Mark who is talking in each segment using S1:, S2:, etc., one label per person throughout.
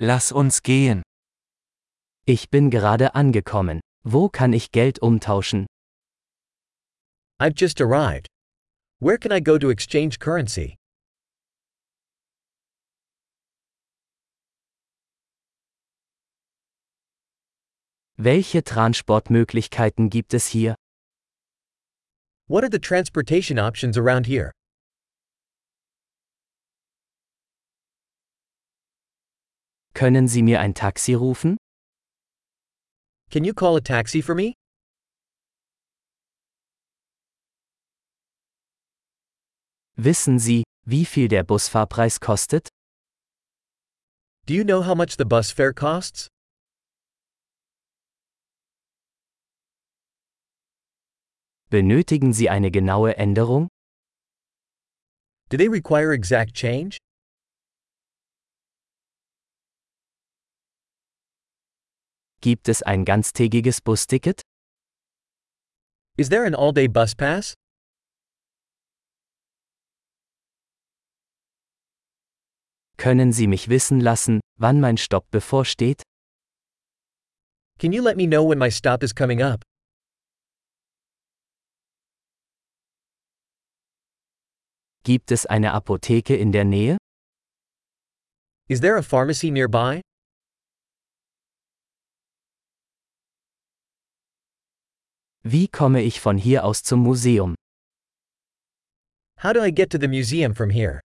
S1: Lass uns gehen.
S2: Ich bin gerade angekommen. Wo kann ich Geld umtauschen?
S3: I've just arrived. Where can I go to exchange currency?
S2: Welche Transportmöglichkeiten gibt es hier?
S3: What are the transportation options around here?
S2: Können Sie mir ein Taxi rufen?
S3: Can you call a taxi for me?
S2: Wissen Sie, wie viel der Busfahrpreis kostet?
S3: Do you know how much the bus fare costs?
S2: Benötigen Sie eine genaue Änderung?
S3: Do they require exact change?
S2: Gibt es ein ganztägiges Busticket?
S3: Is there an all day bus pass?
S2: Können Sie mich wissen lassen, wann mein Stopp bevorsteht?
S3: Can you let me know when my stop is coming up?
S2: Gibt es eine Apotheke in der Nähe?
S3: Is there a pharmacy nearby?
S2: Wie komme ich von hier aus zum Museum?
S3: How do I get to the museum from here?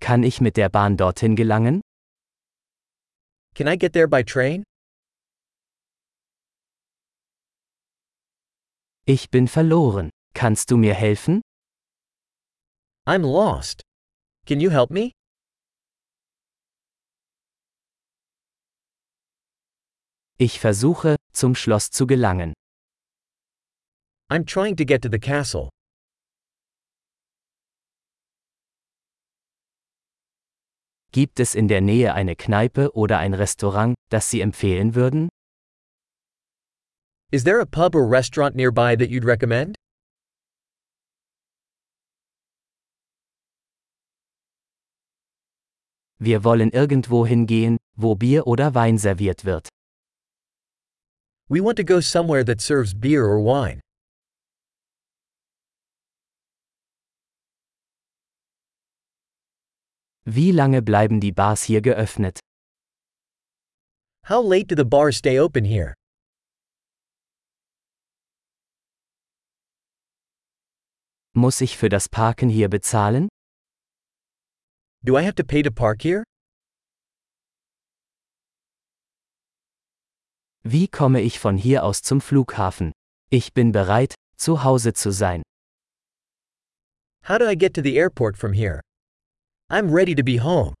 S2: Kann ich mit der Bahn dorthin gelangen?
S3: Can I get there by train?
S2: Ich bin verloren. Kannst du mir helfen?
S3: I'm lost. Can you help me?
S2: Ich versuche, zum Schloss zu gelangen.
S3: I'm trying to get to the castle.
S2: Gibt es in der Nähe eine Kneipe oder ein Restaurant, das Sie empfehlen würden?
S3: Is there a pub or restaurant nearby that you'd recommend?
S2: Wir wollen irgendwo hingehen, wo Bier oder Wein serviert wird.
S3: We want to go somewhere that serves beer or wine.
S2: Wie lange bleiben die Bars hier geöffnet?
S3: How late do the bars stay open here?
S2: Muss ich für das Parken hier bezahlen?
S3: Do I have to pay to park here?
S2: Wie komme ich von hier aus zum Flughafen? Ich bin bereit, zu Hause zu sein.
S3: How do I get to the airport from here? I'm ready to be home.